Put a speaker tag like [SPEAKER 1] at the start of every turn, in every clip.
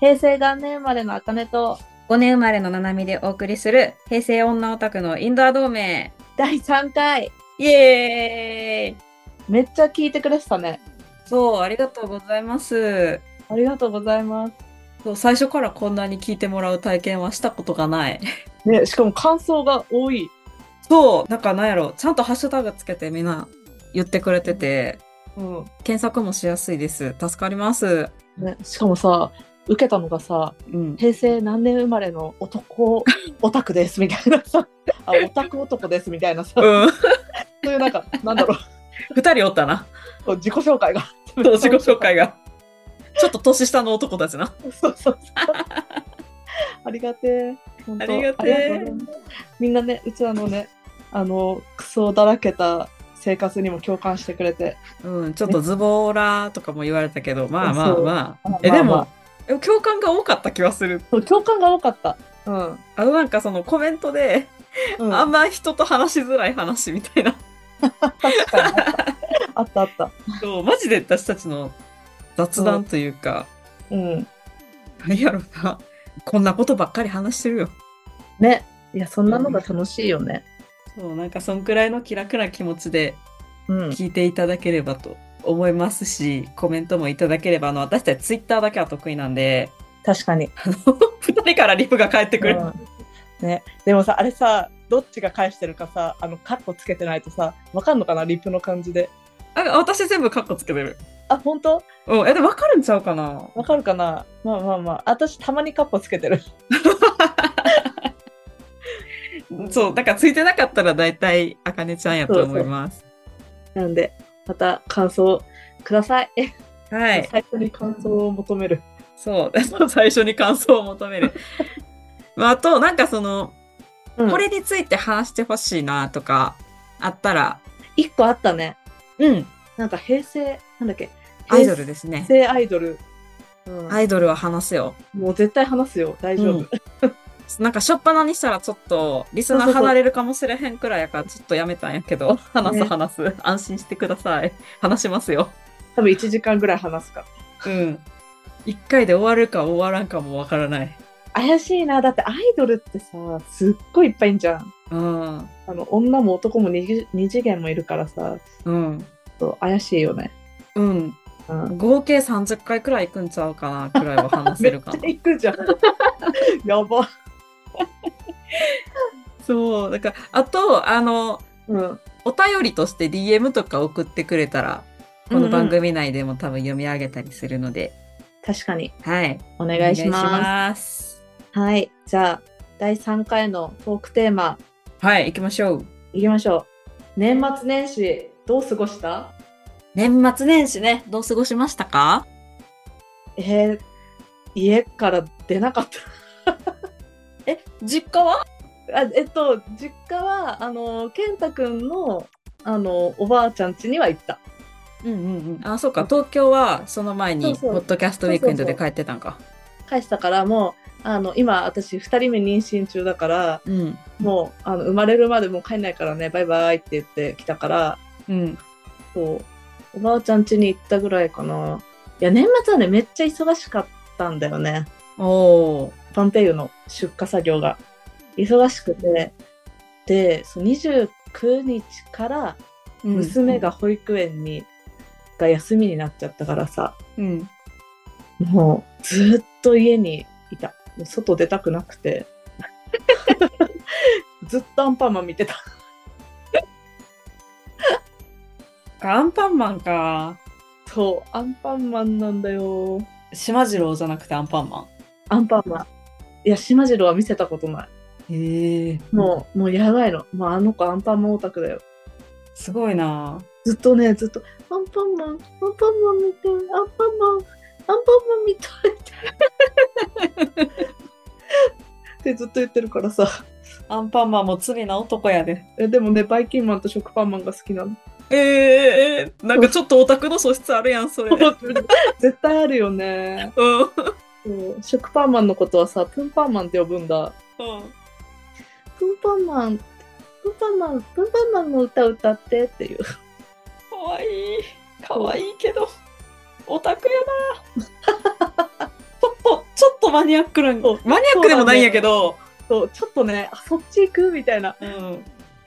[SPEAKER 1] 平成元年生まれのあかねと
[SPEAKER 2] 5年生まれのななみでお送りする平成女オタクのインドア同盟
[SPEAKER 1] 第3回
[SPEAKER 2] イエーイ
[SPEAKER 1] めっちゃ聞いてくれてたね
[SPEAKER 2] そうありがとうございます
[SPEAKER 1] ありがとうございます
[SPEAKER 2] そう最初からこんなに聞いてもらう体験はしたことがない
[SPEAKER 1] ねしかも感想が多い
[SPEAKER 2] そうなんかなんやろちゃんとハッシュタグつけてみんな言ってくれてて
[SPEAKER 1] うん、
[SPEAKER 2] 検索もしやすいです助かります
[SPEAKER 1] ね、しかもさ受けたのがさ
[SPEAKER 2] うん
[SPEAKER 1] 平成何年生まれの 男オタクですみたいなさあオタク男ですみたいなさ、
[SPEAKER 2] うん
[SPEAKER 1] そういうなんかなんだろ
[SPEAKER 2] 二人おったな
[SPEAKER 1] う自己紹介が
[SPEAKER 2] そう自己紹介がちょっと年下の男たちな
[SPEAKER 1] そうそうそう。ありがてえ。本当
[SPEAKER 2] ありがてえ
[SPEAKER 1] ありがとうございますみんなね、うちらのね、あの、クソだらけた生活にも共感してくれて。
[SPEAKER 2] うんちょっとズボラとかも言われたけどまあまあ
[SPEAKER 1] そう
[SPEAKER 2] まあ
[SPEAKER 1] まあ
[SPEAKER 2] え
[SPEAKER 1] まあ
[SPEAKER 2] で
[SPEAKER 1] ま
[SPEAKER 2] も
[SPEAKER 1] あ
[SPEAKER 2] え共感が多かった気はする
[SPEAKER 1] そう共感が多かった。うん。
[SPEAKER 2] あのなんかそのコメントで、
[SPEAKER 1] うん、
[SPEAKER 2] あんま人と話しづらい話 みたいな
[SPEAKER 1] 確かにあったあったあっ
[SPEAKER 2] そうマジで私たちの雑談というか
[SPEAKER 1] た。うん。
[SPEAKER 2] 何やろうなこんなことばっかり話してるよ
[SPEAKER 1] ね。いや、そんなのが楽しいよね。
[SPEAKER 2] そうなんかそんくらいの気楽な気持ちで
[SPEAKER 1] うん。
[SPEAKER 2] 聞いていただければと思いますしコメントもいただければあの私たちツイッターだけは得意なんで
[SPEAKER 1] 確かに。
[SPEAKER 2] あの二人からリプが返ってくる、
[SPEAKER 1] うんね。でもさ、あれさ、どっちが返してるかさ、あの、カッコつけてないとさ、わかんのかな、リップの感じで。
[SPEAKER 2] あ私全部カッコつけてる
[SPEAKER 1] あ、本当
[SPEAKER 2] うんえでも分かるんちゃうかな
[SPEAKER 1] わかるかなまあまあまあ。私、たまにカッコつけてる。
[SPEAKER 2] そうだからついてなかったら大体あかねちゃんやと思います
[SPEAKER 1] なんで、また感想ください。
[SPEAKER 2] はい
[SPEAKER 1] 最初に感想を求める。
[SPEAKER 2] そう 最初に感想を求める。 まあ、あとなんかその、これについて話してほしいなとかあったら、
[SPEAKER 1] 一個あったね。
[SPEAKER 2] うん、
[SPEAKER 1] なんか平成、なんだっけ。
[SPEAKER 2] アイドルです
[SPEAKER 1] 平
[SPEAKER 2] ね。
[SPEAKER 1] 成アイドル。うん
[SPEAKER 2] アイドルは話すよ。
[SPEAKER 1] もう絶対話すよ。大丈夫。
[SPEAKER 2] うん なんかしょっぱなにしたらちょっとリスナー離れるかもしれへんくらいやからちょっとやめたんやけど、話す話す、安心してください。話しますよ。
[SPEAKER 1] 多分1時間ぐらい話すから。
[SPEAKER 2] うん。一回で終わるか終わらんかもわからない。
[SPEAKER 1] 怪しいな。だってアイドルってさ、すっごいいっぱいいんじゃん。
[SPEAKER 2] うん。
[SPEAKER 1] あの女も男も 2, 二次元もいるからさ、
[SPEAKER 2] うん。
[SPEAKER 1] そう怪しいよね。
[SPEAKER 2] うん。
[SPEAKER 1] うん、
[SPEAKER 2] 合計30回くらい行くんちゃうかなくらいは話
[SPEAKER 1] め
[SPEAKER 2] せ
[SPEAKER 1] っ
[SPEAKER 2] る
[SPEAKER 1] ち
[SPEAKER 2] か
[SPEAKER 1] ゃ
[SPEAKER 2] な。
[SPEAKER 1] 行くじゃん。 やば。
[SPEAKER 2] そう、だから、あと、あの、
[SPEAKER 1] うん。
[SPEAKER 2] お便りとして DM とか送ってくれたら、この番組内でも多分読み上げたりするので、
[SPEAKER 1] 確かに。
[SPEAKER 2] はい。
[SPEAKER 1] お
[SPEAKER 2] お
[SPEAKER 1] 願いします。
[SPEAKER 2] す。
[SPEAKER 1] はい、じゃあ第3回のトークテーマ
[SPEAKER 2] はい、行きましょう。
[SPEAKER 1] いきましょう。年末年始どう過ごした？
[SPEAKER 2] 年末年始ね、どう過ごしましたか
[SPEAKER 1] えー、家から出なかっ
[SPEAKER 2] え、実家は
[SPEAKER 1] た。 あえっと実家はあの健太くんのあのおばあちゃん家には行った。
[SPEAKER 2] うんうんうん。あ、そうか、東京はその前
[SPEAKER 1] そ
[SPEAKER 2] に、
[SPEAKER 1] うそう
[SPEAKER 2] ポッドキャストウィークエンドで帰ってたんか。
[SPEAKER 1] 返したからもうあの今私2人目妊娠中だから
[SPEAKER 2] うん。
[SPEAKER 1] もうあの生まれるまでもう帰んないからねバイバイって言ってきたから
[SPEAKER 2] うん。
[SPEAKER 1] そうおばあちゃん家に行ったぐらいかな。いや年末はねめっちゃ忙しかったんだよね。
[SPEAKER 2] おー。
[SPEAKER 1] パンペイユの出荷作業が忙しくてでそう29日から
[SPEAKER 2] うん
[SPEAKER 1] 娘が。保育園に、が休みになっちゃったからさ
[SPEAKER 2] うん。
[SPEAKER 1] もうずっと家にいたもう外出たくなくて ずっとアンパンマン見てた
[SPEAKER 2] アンパンマンか。
[SPEAKER 1] そうアンパンマンなんだよ
[SPEAKER 2] 島次郎じゃなくてアンパンマ
[SPEAKER 1] アンパンマンいや島次郎は見せたことない
[SPEAKER 2] ン。へえ。
[SPEAKER 1] もうもうやばいのもうあの子アンパンマンオタクだよ
[SPEAKER 2] すごいな
[SPEAKER 1] ずっとね、ずっと、アンパンマン、アンパンマン見たい、アンパンマン、アンパンマン見たい って。ってずっと言ってるからさ。
[SPEAKER 2] アンパンマンも罪な男やで。
[SPEAKER 1] えでもね、バイキンマンと食パンマンが好きなの。
[SPEAKER 2] ええなんかちょっとオタクの素質あるやん、それ。うん。
[SPEAKER 1] 絶対あるよね。そう食パンマンのことはさ、プンパンマンって呼ぶんだ。プンパンマン、プンパンマン、プンパンマンの歌歌ってっていう。
[SPEAKER 2] かわいい。かわいいけど、オタクやなちょっと、ちょっとマニアックなん
[SPEAKER 1] そう
[SPEAKER 2] マニアックでもないんやけど、
[SPEAKER 1] そうちょっとねあそっち行くみたいな
[SPEAKER 2] うん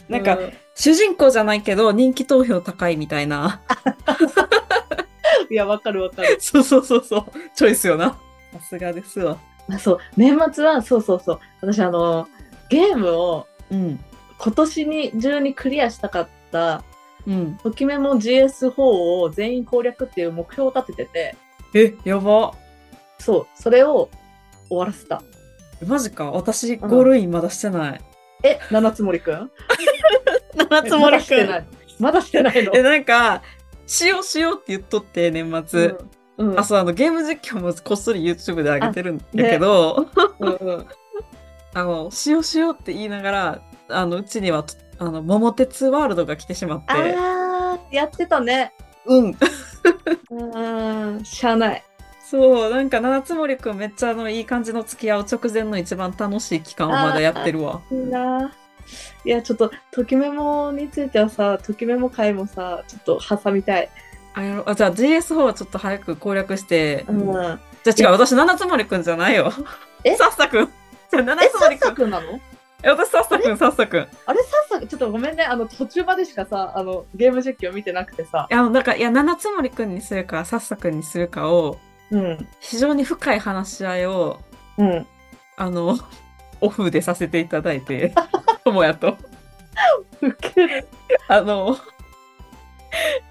[SPEAKER 2] なんか、
[SPEAKER 1] う
[SPEAKER 2] 主人公じゃないけど人気投票高いみたいな
[SPEAKER 1] いやわかるわかる
[SPEAKER 2] そうそうそうそうチョイスよなさすがですわ
[SPEAKER 1] あそう年末はそうそうそう私あのゲームを
[SPEAKER 2] うん
[SPEAKER 1] 今年に中にクリアしたかった
[SPEAKER 2] うん
[SPEAKER 1] ときめも GS4 を全員攻略っていう目標を立ててて
[SPEAKER 2] えやば
[SPEAKER 1] そうそれを終わらせた
[SPEAKER 2] マジか私
[SPEAKER 1] うん
[SPEAKER 2] ゴールインまだしてない、
[SPEAKER 1] え七つ森くん
[SPEAKER 2] 七
[SPEAKER 1] まだしてないまだしてないの
[SPEAKER 2] えなんかしようしようって言っとって年末、
[SPEAKER 1] うんうん
[SPEAKER 2] あそうあのゲーム実況もこっそり YouTube で上げてるんやけど
[SPEAKER 1] うんうん
[SPEAKER 2] あの、しようしようって言いながら、あの、うちには、とあの、桃鉄ワールドが来てしまって、
[SPEAKER 1] あーやってたね
[SPEAKER 2] うん。
[SPEAKER 1] うんしゃあない
[SPEAKER 2] そう、なんか、七つ森くんめっちゃあの、いい感じの付き合う直前の一番楽しい期間をまだやってるわ。
[SPEAKER 1] いいないやちょっとときめもについてはさときめも会もさちょっと挟みたい
[SPEAKER 2] あやろあ、じゃあ GS4 はちょっと早く攻略して、
[SPEAKER 1] うん、
[SPEAKER 2] じゃあ違う、私、七つ森くんじゃないよ。
[SPEAKER 1] え
[SPEAKER 2] さっさくん。じゃあ七
[SPEAKER 1] え
[SPEAKER 2] つ
[SPEAKER 1] サ
[SPEAKER 2] 森
[SPEAKER 1] ッ
[SPEAKER 2] く
[SPEAKER 1] サ
[SPEAKER 2] ん。
[SPEAKER 1] くんなの
[SPEAKER 2] え私、さっさくん、さっさくん。い
[SPEAKER 1] あれさっさちょっとごめんねあの途中までしかさあのゲーム実況見てなくてさ
[SPEAKER 2] や、なんか、いや、七つ森くんにするか、さっさくんにするかを、
[SPEAKER 1] うん
[SPEAKER 2] 非常に深い話し合いを、
[SPEAKER 1] うん
[SPEAKER 2] あの、 オフでさせていただい て、ともやと。
[SPEAKER 1] ウケる
[SPEAKER 2] あの、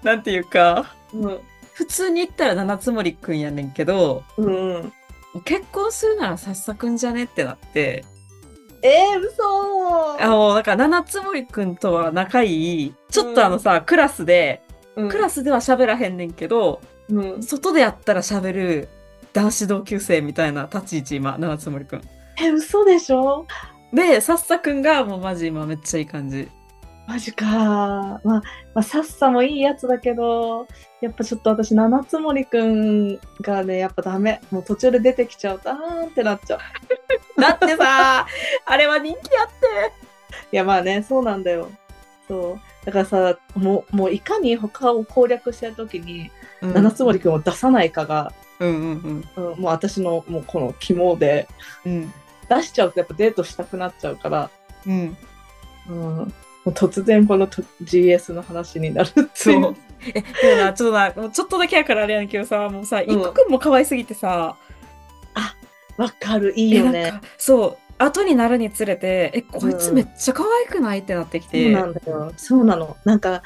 [SPEAKER 2] なんていうか、
[SPEAKER 1] うん
[SPEAKER 2] 普通に言ったら七つ森くんやねんけど、
[SPEAKER 1] うんうん
[SPEAKER 2] 結婚するならさっさくんじゃねってなって、
[SPEAKER 1] えー、嘘
[SPEAKER 2] あの、なんか七つ森くんとは仲いい、ちょっとあのさ、クラスで、
[SPEAKER 1] うん
[SPEAKER 2] クラスでは喋らへんねんけど、
[SPEAKER 1] うん
[SPEAKER 2] 外でやったら喋る男子同級生みたいな立ち位置今、七つ森くん。
[SPEAKER 1] え嘘でしょ
[SPEAKER 2] で、さっさくんがもうマジ今めっちゃいい感じ。
[SPEAKER 1] マジかまあ、まあ、さっさもいいやつだけどやっぱちょっと私七つ森くんがねやっぱダメもう途中で出てきちゃうとあーんってなっちゃう
[SPEAKER 2] だって さ、あれは人気やって。
[SPEAKER 1] いやまあねそうなんだよそうだからさもうもういかに他を攻略した時に、七つ森くんを出さないかが、
[SPEAKER 2] うんうん
[SPEAKER 1] うん、もう私のもうこの肝で
[SPEAKER 2] うん。うん。
[SPEAKER 1] 出しちゃうとやっぱデートしたくなっちゃうから、
[SPEAKER 2] うん。
[SPEAKER 1] うん、もう突然このと GS の話に なるってい
[SPEAKER 2] そうう。え、でもな、ちょっとな、もうちょっとだけやからあれやねんけどさ、もうさ、一個くんも可愛すぎてさ、
[SPEAKER 1] わかるい
[SPEAKER 2] い
[SPEAKER 1] いよね
[SPEAKER 2] そう、後になるにつれて、え、こいつめっちゃ可愛くないってなってき
[SPEAKER 1] そう
[SPEAKER 2] て。
[SPEAKER 1] なんだよ。そうなの。なんか、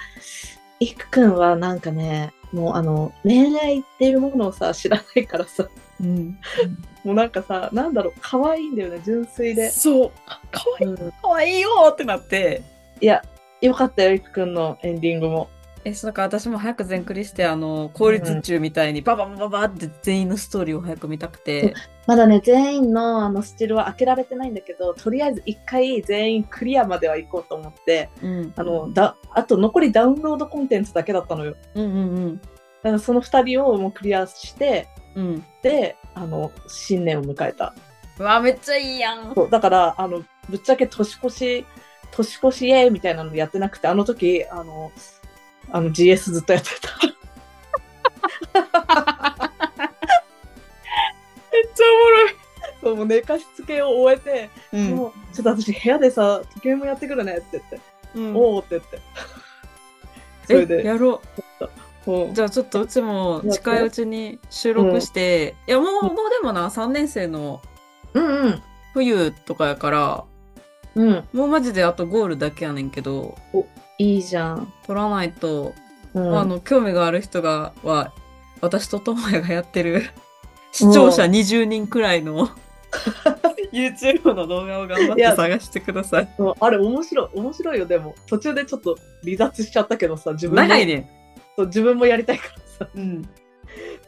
[SPEAKER 1] いくくんはなんかね、もうあの、恋愛っていうものをさ、知らないからさ、
[SPEAKER 2] うん。
[SPEAKER 1] もうなんかさ、なんだろう、可愛いんだよね、純粋で。
[SPEAKER 2] そう、あ可愛い、
[SPEAKER 1] うん
[SPEAKER 2] 可愛いよってなって。
[SPEAKER 1] いや、よかったよ、いくくんのエンディングも。
[SPEAKER 2] え、そうなんか私も早く全クリして、あの、効率中みたいにバババババって全員のストーリーを早く見たくて。
[SPEAKER 1] まだね、全員のあのスチールは開けられてないんだけど、とりあえず一回全員クリアまでは行こうと思って、
[SPEAKER 2] うん。
[SPEAKER 1] あの、だ、あと残りダウンロードコンテンツだけだったのよ。
[SPEAKER 2] うんうん
[SPEAKER 1] だからその二人をもうクリアして、
[SPEAKER 2] うん。うん。
[SPEAKER 1] で、あの、新年を迎えた。
[SPEAKER 2] うわ、めっちゃいいやん。
[SPEAKER 1] そうだからあのぶっちゃけ年越し年越しイエーイみたいなのやってなくてあの時あのあの GS ずっとやってた
[SPEAKER 2] めっちゃおもろい。
[SPEAKER 1] そうもう寝かしつけを終えて、
[SPEAKER 2] うん。
[SPEAKER 1] もうちょっと私部屋でさ時計もやってくるねって言って、
[SPEAKER 2] うん
[SPEAKER 1] おおって言 ってそれ
[SPEAKER 2] え
[SPEAKER 1] で
[SPEAKER 2] やろ
[SPEAKER 1] うん
[SPEAKER 2] うじゃあちょっとうちも近いうちに収録して、いやもうもうでもな3年生の
[SPEAKER 1] うんうん
[SPEAKER 2] 冬とかやから
[SPEAKER 1] うん
[SPEAKER 2] もうマジであとゴールだけやねんけど
[SPEAKER 1] いいじゃん、
[SPEAKER 2] 取らないと、
[SPEAKER 1] うん
[SPEAKER 2] あの興味がある人がは私と友也がやってる視聴者20人くらい の YouTube の動画を頑張っ
[SPEAKER 1] い
[SPEAKER 2] て
[SPEAKER 1] や
[SPEAKER 2] 探してください
[SPEAKER 1] そうあれ面白い面白いよでも途中でちょっと離脱しちゃったけどさ自分も
[SPEAKER 2] 長いね
[SPEAKER 1] そう自分もやりたいからさ
[SPEAKER 2] うん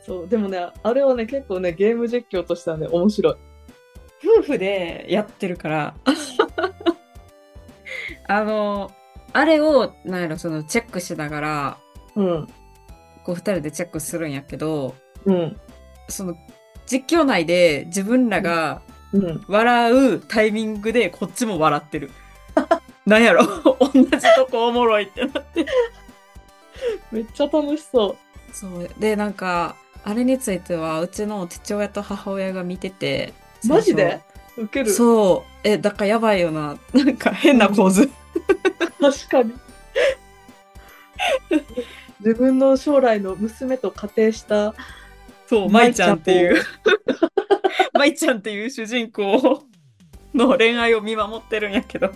[SPEAKER 1] そうでもねあれはね結構ねゲーム実況としてはね面白い
[SPEAKER 2] 夫婦でやってるから あのあれをなんやろそのチェックしながら
[SPEAKER 1] うん
[SPEAKER 2] こう2人でチェックするんやけど
[SPEAKER 1] うん
[SPEAKER 2] その実況内で自分らが
[SPEAKER 1] うん
[SPEAKER 2] 笑うタイミングでこっちも笑ってる。 なんやろ同じとこおもろいってなって。
[SPEAKER 1] めっちゃ楽しそう。
[SPEAKER 2] そうでなんかあれについてはうちの父親と母親が見てて
[SPEAKER 1] マジでウケる。
[SPEAKER 2] そう。え、だからやばいよな。なんか変な構図。
[SPEAKER 1] 確 かに。自分の将来の娘と仮定した
[SPEAKER 2] そう、舞ちゃんっていう。 舞ちゃんっていう主人公の恋愛を見守ってるんやけど。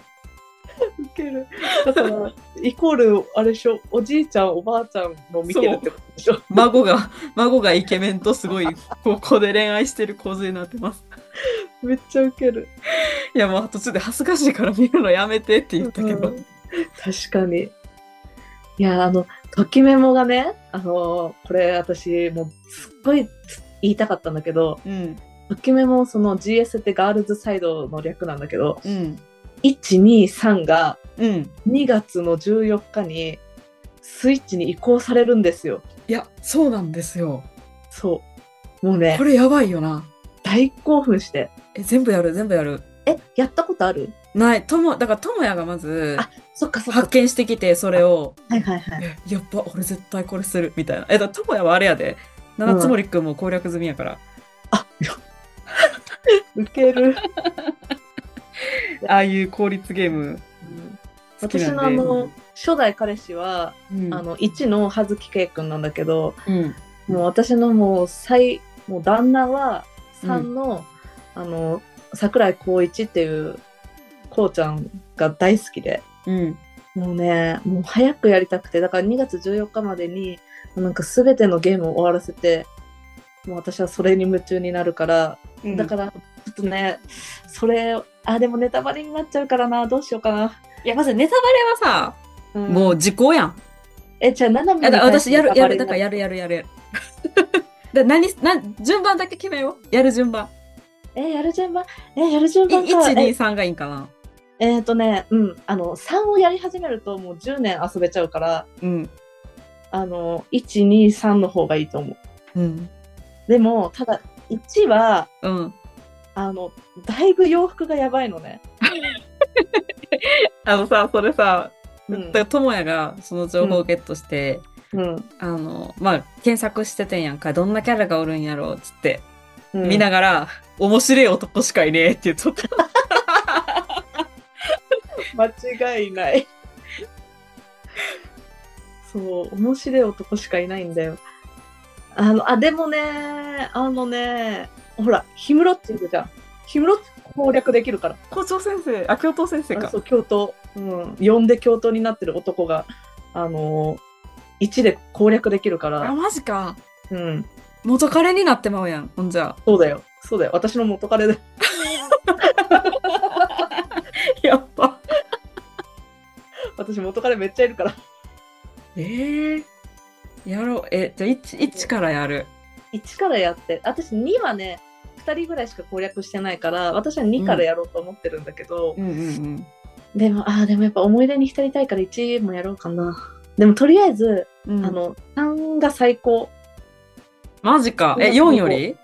[SPEAKER 1] ウケる。だから、イコール、あれでしょ、おじいちゃん、おばあちゃんも見てるってことでしょ。
[SPEAKER 2] 孫が、孫がイケメンとすごい、ここで恋愛してる構図になってます。
[SPEAKER 1] めっちゃウケる。
[SPEAKER 2] いや、もう途中で恥ずかしいから見るのやめてって言ったけ
[SPEAKER 1] う
[SPEAKER 2] ど。
[SPEAKER 1] ん確かに。いや、あの、ときメモがね、あの、これ私、もうすっごい言いたかったんだけど、
[SPEAKER 2] うん、
[SPEAKER 1] ときメモ、その GS ってガールズサイドの略なんだけど、
[SPEAKER 2] うん、
[SPEAKER 1] 1、2、3が
[SPEAKER 2] うん。
[SPEAKER 1] 2月の14日にスイッチに移行されるんですよ。
[SPEAKER 2] いや、そうなんですよ。
[SPEAKER 1] そう。もうね
[SPEAKER 2] こ、れやばいよな。
[SPEAKER 1] 大興奮して。
[SPEAKER 2] え、全部やる、全部やる。
[SPEAKER 1] え、やったことある
[SPEAKER 2] ない、とも、だから、ともやがまず、
[SPEAKER 1] あそっかそっか
[SPEAKER 2] 発。見してきて、それを、
[SPEAKER 1] はいはいはい。
[SPEAKER 2] えやっぱ、俺絶対これする、みたいな。え、だから、ともやはあれやで。七つ森くんも攻略済みやから。
[SPEAKER 1] あ、いやウケる。
[SPEAKER 2] ああいう効率ゲーム好き
[SPEAKER 1] 私
[SPEAKER 2] なん
[SPEAKER 1] の
[SPEAKER 2] で。
[SPEAKER 1] あの、初代彼氏は、
[SPEAKER 2] うん、
[SPEAKER 1] あの1の葉月圭君なんだけど
[SPEAKER 2] うん、
[SPEAKER 1] もう私のもう最もう旦那は3の,、あの桜井浩一っていうこうちゃんが大好きで
[SPEAKER 2] うん、
[SPEAKER 1] もうねもう早くやりたくてだから2月14日までになんか全てのゲームを終わらせてもう私はそれに夢中になるから、
[SPEAKER 2] うん
[SPEAKER 1] だからちょっとねそれあでもネタバレになっちゃうからなどうしようかな。
[SPEAKER 2] いや、まずネタバレはさ、
[SPEAKER 1] うん
[SPEAKER 2] もう時効やん。
[SPEAKER 1] えじゃあナナミ
[SPEAKER 2] いや
[SPEAKER 1] に
[SPEAKER 2] だから
[SPEAKER 1] 対して
[SPEAKER 2] 私やる、やる、
[SPEAKER 1] ネタ
[SPEAKER 2] だか
[SPEAKER 1] バ
[SPEAKER 2] ら
[SPEAKER 1] レにな
[SPEAKER 2] やる、やる、やる。 やるだ何なん順番だけ決めよう。やる順番。
[SPEAKER 1] えやる順番えやる順
[SPEAKER 2] い1、
[SPEAKER 1] 番かえ
[SPEAKER 2] 2、3がいいんかな。
[SPEAKER 1] えー、とね、うん、あの、3をやり始めるともう10年遊べちゃうから、
[SPEAKER 2] うん。
[SPEAKER 1] あの、1、2、3の方がいいと思う。
[SPEAKER 2] うん。
[SPEAKER 1] でも、ただ、1は、
[SPEAKER 2] うん。
[SPEAKER 1] あの、だいぶ洋服がやばいのね。
[SPEAKER 2] あのさ、それさ、
[SPEAKER 1] うん。
[SPEAKER 2] ともやがその情報をゲットして、
[SPEAKER 1] うん。
[SPEAKER 2] あの、まあ、検索しててんやんか、どんなキャラがおるんやろうっつって、
[SPEAKER 1] うん
[SPEAKER 2] 見ながら、面白い男しかいねえって言っとった。
[SPEAKER 1] 間違いない。そう、面白い男しかいないんだよ。あの、あ、でもね、あのね、ほら、ヒムロッチいるじゃん。ヒムロッチ攻略できるから。
[SPEAKER 2] 校長先生、あ、教頭先生
[SPEAKER 1] あ
[SPEAKER 2] か
[SPEAKER 1] そ。う教頭、うん、呼んで教頭になってる男があのー、1で攻略できるか
[SPEAKER 2] あ、
[SPEAKER 1] ら、
[SPEAKER 2] マジか。
[SPEAKER 1] うん、
[SPEAKER 2] 元彼になってまうやん、ほんじゃ。
[SPEAKER 1] そうだよそうだよ私の元彼で
[SPEAKER 2] やっぱ。
[SPEAKER 1] 私元彼めっちゃいるから
[SPEAKER 2] ええやろう。え、じゃあ、1、1からやる。
[SPEAKER 1] 1からやって私2はね2人ぐらいしか攻略してないから私は2からやろうと思ってるんだけど、
[SPEAKER 2] うんうん
[SPEAKER 1] でもあーでもやっぱ思い出に浸りたいから1もやろうかなでもとりあえず、
[SPEAKER 2] うん。うん、
[SPEAKER 1] あの3が最高
[SPEAKER 2] マジか。え、
[SPEAKER 1] うん
[SPEAKER 2] 4より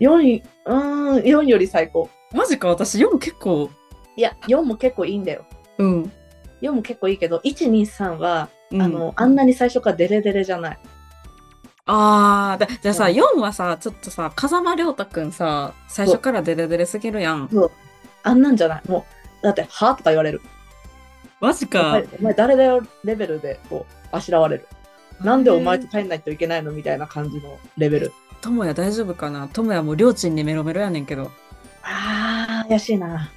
[SPEAKER 1] 4うーん4より最高
[SPEAKER 2] マジか、私4結構。
[SPEAKER 1] いや4も結構いいんだよ
[SPEAKER 2] うん。
[SPEAKER 1] 4も結構いいけど123は
[SPEAKER 2] うん、
[SPEAKER 1] あのあんなに最初からデレデレじゃない。
[SPEAKER 2] あーだじゃあさ、
[SPEAKER 1] うん
[SPEAKER 2] 4はさちょっとさ風間亮太くんさ最初からデレデレすぎるやん
[SPEAKER 1] そうあんなんじゃない。もう、だって、はとか言われる。
[SPEAKER 2] マジ
[SPEAKER 1] お
[SPEAKER 2] か
[SPEAKER 1] 前お前誰だよレベルでこう、あしらわれる。なんでお前と帰んないといけないのみたいな感じのレベル。
[SPEAKER 2] 智也大丈夫かな智也もう両親にメロメロやねんけど
[SPEAKER 1] あー、怪しい な。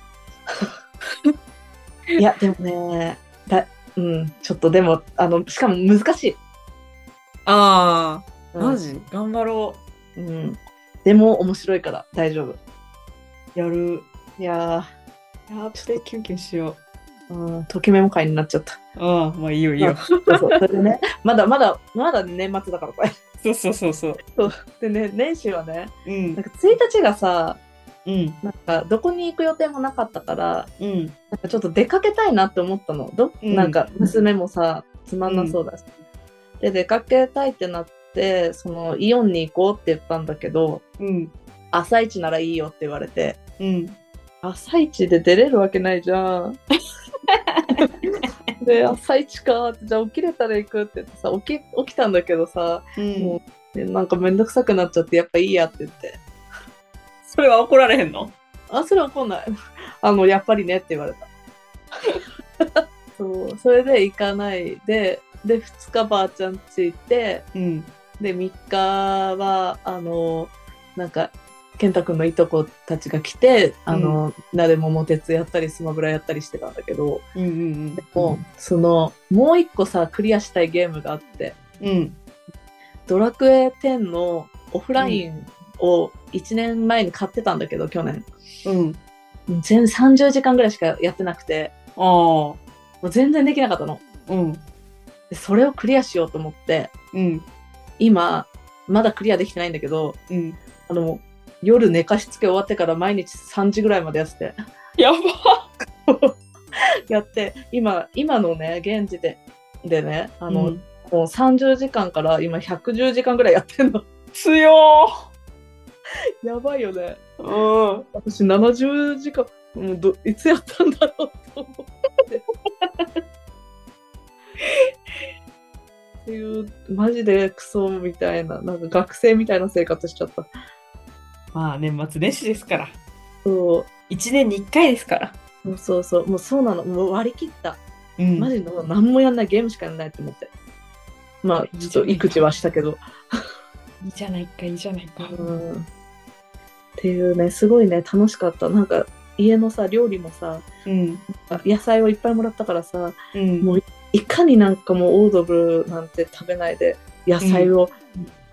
[SPEAKER 1] いや、でもね、だうん、ちょっとでも、あの、しかも難しい。
[SPEAKER 2] あー
[SPEAKER 1] うん
[SPEAKER 2] マジ、頑張ろ
[SPEAKER 1] うん。でも、面白いから大丈夫。やる。いや
[SPEAKER 2] うやってキュンキュンしよ
[SPEAKER 1] ー、うん、ときめも会になっちゃった。
[SPEAKER 2] うああまあいいよいいよ
[SPEAKER 1] そうそう、それでね、まだまだ、まだ年末だからこれ。
[SPEAKER 2] そうそうそうそう
[SPEAKER 1] でね、年始はね、
[SPEAKER 2] う
[SPEAKER 1] なん
[SPEAKER 2] ん
[SPEAKER 1] か1日がさ、
[SPEAKER 2] うん
[SPEAKER 1] なんかどこに行く予定もなかったから、
[SPEAKER 2] うん
[SPEAKER 1] なんかちょっと出かけたいなって思ったの。ど
[SPEAKER 2] うん
[SPEAKER 1] なんか娘もさ、つまんなそうだし。で、出かけたいってなって、そのイオンに行こうって言ったんだけど、
[SPEAKER 2] うん
[SPEAKER 1] 朝一ならいいよって言われて、
[SPEAKER 2] うん
[SPEAKER 1] 朝一で出れるわけないじゃ ん。で、朝一かって、じゃあ起きれたら行くって言ってさ、起き起きたんだけどさ、
[SPEAKER 2] うん
[SPEAKER 1] もうでなんかめんどくさくなっちゃって、やっぱいいやって言って。
[SPEAKER 2] それは怒られへんの
[SPEAKER 1] あ、それは怒んない。あの、やっぱりねって言われた。そう、それで行かないで、で、2日ばあちゃんついて、
[SPEAKER 2] うん。
[SPEAKER 1] で、3日は、あの、なんか、健太くんのいとこたちが来て、あの、なでもも鉄やったり、スマブラやったりしてたんだけど、
[SPEAKER 2] うんうん
[SPEAKER 1] でも、その、もう一個さ、クリアしたいゲームがあって、
[SPEAKER 2] うん。うん。
[SPEAKER 1] ドラクエ10のオフラインを1年前に買ってたんだけど、去年。
[SPEAKER 2] うん。
[SPEAKER 1] 全30時間ぐらいしかやってなくて、
[SPEAKER 2] あ
[SPEAKER 1] もう全然できなかったの。
[SPEAKER 2] あ。うん。
[SPEAKER 1] でそれをクリアしようと思って、
[SPEAKER 2] うん。
[SPEAKER 1] 今、まだクリアできてないんだけど、
[SPEAKER 2] うん。
[SPEAKER 1] あの、夜寝かしつけ終わってから毎日3時ぐらいまでやって て、
[SPEAKER 2] やば。
[SPEAKER 1] やって、今、今のね、現時点でね、あの、
[SPEAKER 2] うん
[SPEAKER 1] もう30時間から今110時間ぐらいやってんの。
[SPEAKER 2] 強
[SPEAKER 1] やばいよね。
[SPEAKER 2] ー。うん。
[SPEAKER 1] 私70時間もうどいつやったんだろうと思って。っていうマジでクソみたいななんか学生みたいな生活しちゃった。
[SPEAKER 2] まあ年末年始ですから。
[SPEAKER 1] そう
[SPEAKER 2] 一年に一回ですから。
[SPEAKER 1] そうそうそうもうそうなのもう割り切った
[SPEAKER 2] うん
[SPEAKER 1] マジでもう何もやんないゲームしかやんないと思って。まあちょっと育児はしたけど。
[SPEAKER 2] いいじゃないか、いいじゃないか。
[SPEAKER 1] うんっていうねすごいね楽しかったなんか家のさ料理もさ
[SPEAKER 2] うん。
[SPEAKER 1] 野菜をいっぱいもらったからさ
[SPEAKER 2] うん
[SPEAKER 1] もういかになんかもうオードブルなんて食べないで野菜を、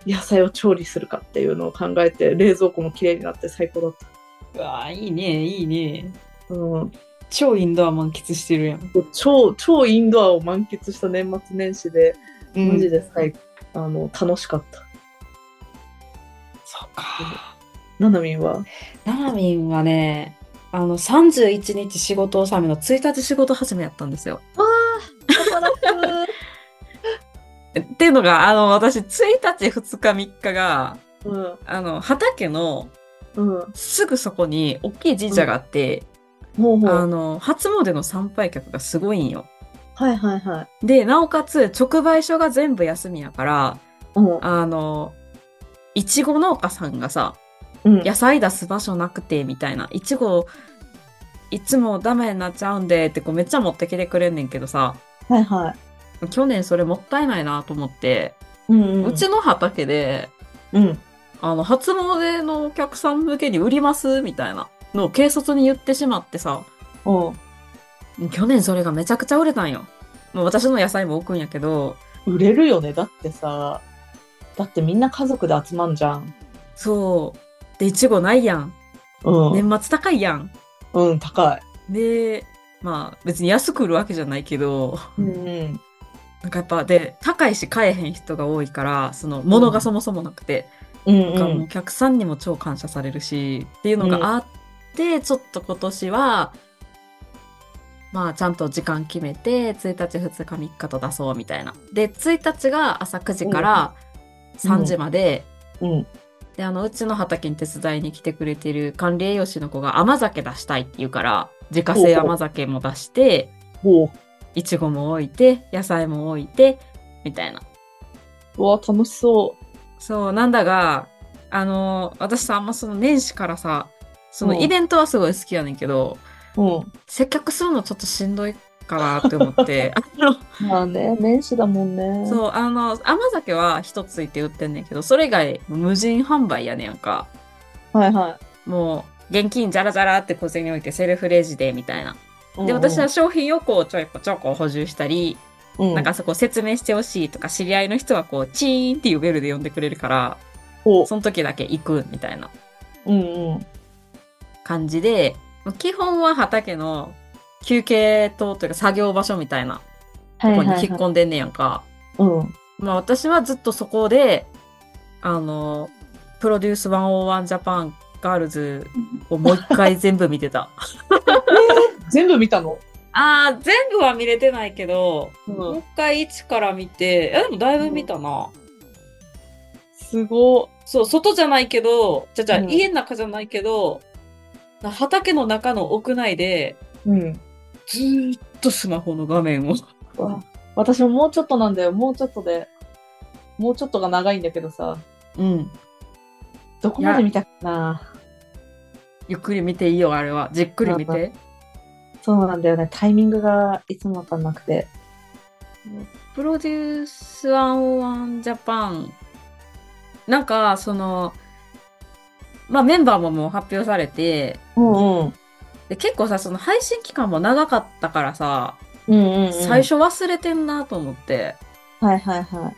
[SPEAKER 1] 野菜を調理するかっていうのを考えて冷蔵庫も綺麗になって最高だった。
[SPEAKER 2] うわあ、いいね、いいね。
[SPEAKER 1] うん、
[SPEAKER 2] 超インドア満喫してるやん。
[SPEAKER 1] 超超インドアを満喫した年末年始で
[SPEAKER 2] うん
[SPEAKER 1] マジで最、あの楽しかった。
[SPEAKER 2] そうか。
[SPEAKER 1] ななみんは
[SPEAKER 2] ななみんはね、あの、31日仕事納めの1日仕事始めやったんですよ。
[SPEAKER 1] 働
[SPEAKER 2] っていうのが、あの、私、1日、2日、3日が、
[SPEAKER 1] くうん
[SPEAKER 2] あの、畑の
[SPEAKER 1] うん
[SPEAKER 2] すぐそこに大きい神社があって、
[SPEAKER 1] ほうほ
[SPEAKER 2] あ
[SPEAKER 1] う
[SPEAKER 2] の、初詣の参拝客がすごいんよ。
[SPEAKER 1] はいはいはい
[SPEAKER 2] で、なおかつ、直売所が全部休みやから、
[SPEAKER 1] うん
[SPEAKER 2] あの、いちご農家さんがさ、
[SPEAKER 1] うん
[SPEAKER 2] 野菜出す場所なくてみたいないちごいつもダメになっちゃうんでってこうめっちゃ持ってきてくれんねんけどさ
[SPEAKER 1] はいはい
[SPEAKER 2] 去年それもったいないなと思って、
[SPEAKER 1] うんう
[SPEAKER 2] うんちの畑で
[SPEAKER 1] うん
[SPEAKER 2] あの初詣のお客さん向けに売りますみたいなのを軽率に言ってしまってさ
[SPEAKER 1] うん
[SPEAKER 2] 去年それがめちゃくちゃ売れたんよ。もう私の野菜も置くんやけど
[SPEAKER 1] 売れるよねだってさだってみんな家族で集まんじゃん
[SPEAKER 2] そうでいちごないやん
[SPEAKER 1] うん、
[SPEAKER 2] 年末高いやん。
[SPEAKER 1] うん高い
[SPEAKER 2] でまあ別に安く売るわけじゃないけど。
[SPEAKER 1] うん
[SPEAKER 2] なんかやっぱで高いし買えへん人が多いからその物がそもそもなくて、
[SPEAKER 1] うん
[SPEAKER 2] なんかもうお客さんにも超感謝されるしっていうのがあって、ちょっと今年はまあちゃんと時間決めて1日2日3日と出そうみたいな。で1日が朝9時から3時まで、
[SPEAKER 1] うん
[SPEAKER 2] であのうちの畑に手伝いに来てくれてる管理栄養士の子が甘酒出したいって言うから自家製甘酒も出して。
[SPEAKER 1] おう
[SPEAKER 2] いちごも置いて野菜も置いてみたいな
[SPEAKER 1] うわ楽しそ
[SPEAKER 2] そうなんだがあの私さあんまその年始からさその
[SPEAKER 1] うん
[SPEAKER 2] イベントはすごい好きやねんけど、
[SPEAKER 1] ううん
[SPEAKER 2] 接客するのちょっとしんどいかなって思って あの
[SPEAKER 1] まあね年始だもんねう
[SPEAKER 2] そうあの甘酒は一ついて売ってんねんけどそれ以外無人販売やねんか
[SPEAKER 1] はいは
[SPEAKER 2] もう現金じゃらじゃらって小銭置いてセルフレジでみたいないで私は、商品をこうちょいこちょこ補充したり
[SPEAKER 1] うん、
[SPEAKER 2] なんかそこ説明してほしいとか知り合いの人はこうチーンっていうベルで呼んでくれるから
[SPEAKER 1] こ
[SPEAKER 2] その時だけ行くみたいな
[SPEAKER 1] ううんうん
[SPEAKER 2] 感じでまあ基本は畑の休憩棟というか作業場所みたいな
[SPEAKER 1] は
[SPEAKER 2] と
[SPEAKER 1] い
[SPEAKER 2] こ
[SPEAKER 1] はい
[SPEAKER 2] に
[SPEAKER 1] はい
[SPEAKER 2] 引っ込んでんねやんか、
[SPEAKER 1] うん
[SPEAKER 2] まあ私はずっとそこであのプロデュース101ジャパンガールズをもう一回全部見てた
[SPEAKER 1] 全部見たの
[SPEAKER 2] あー全部は見れてないけど、
[SPEAKER 1] うん
[SPEAKER 2] もう一回一から見ていやでもだいぶ見たな、
[SPEAKER 1] すご
[SPEAKER 2] そう、外じゃないけど、じゃじゃ、
[SPEAKER 1] うん
[SPEAKER 2] 家の中じゃないけど、な畑の中の屋内で、
[SPEAKER 1] うん
[SPEAKER 2] ずーっとスマホの画面を。
[SPEAKER 1] わ私ももうちょっとなんだよもうちょっとでもうちょっとが長いんだけどさ
[SPEAKER 2] うん。
[SPEAKER 1] どこまで見たかな
[SPEAKER 2] ゆっくり見ていいよ、あれは。じっくり見て。
[SPEAKER 1] そうなんだよね。タイミングがいつもわかんなくて。
[SPEAKER 2] プロデュース101ジャパン。なんか、その、まあメンバーももう発表されて、
[SPEAKER 1] うんうん。
[SPEAKER 2] で結構さ、その配信期間も長かったからさ、
[SPEAKER 1] うんうん、
[SPEAKER 2] 最。初忘れてんなと思って、
[SPEAKER 1] はいはいはい。
[SPEAKER 2] な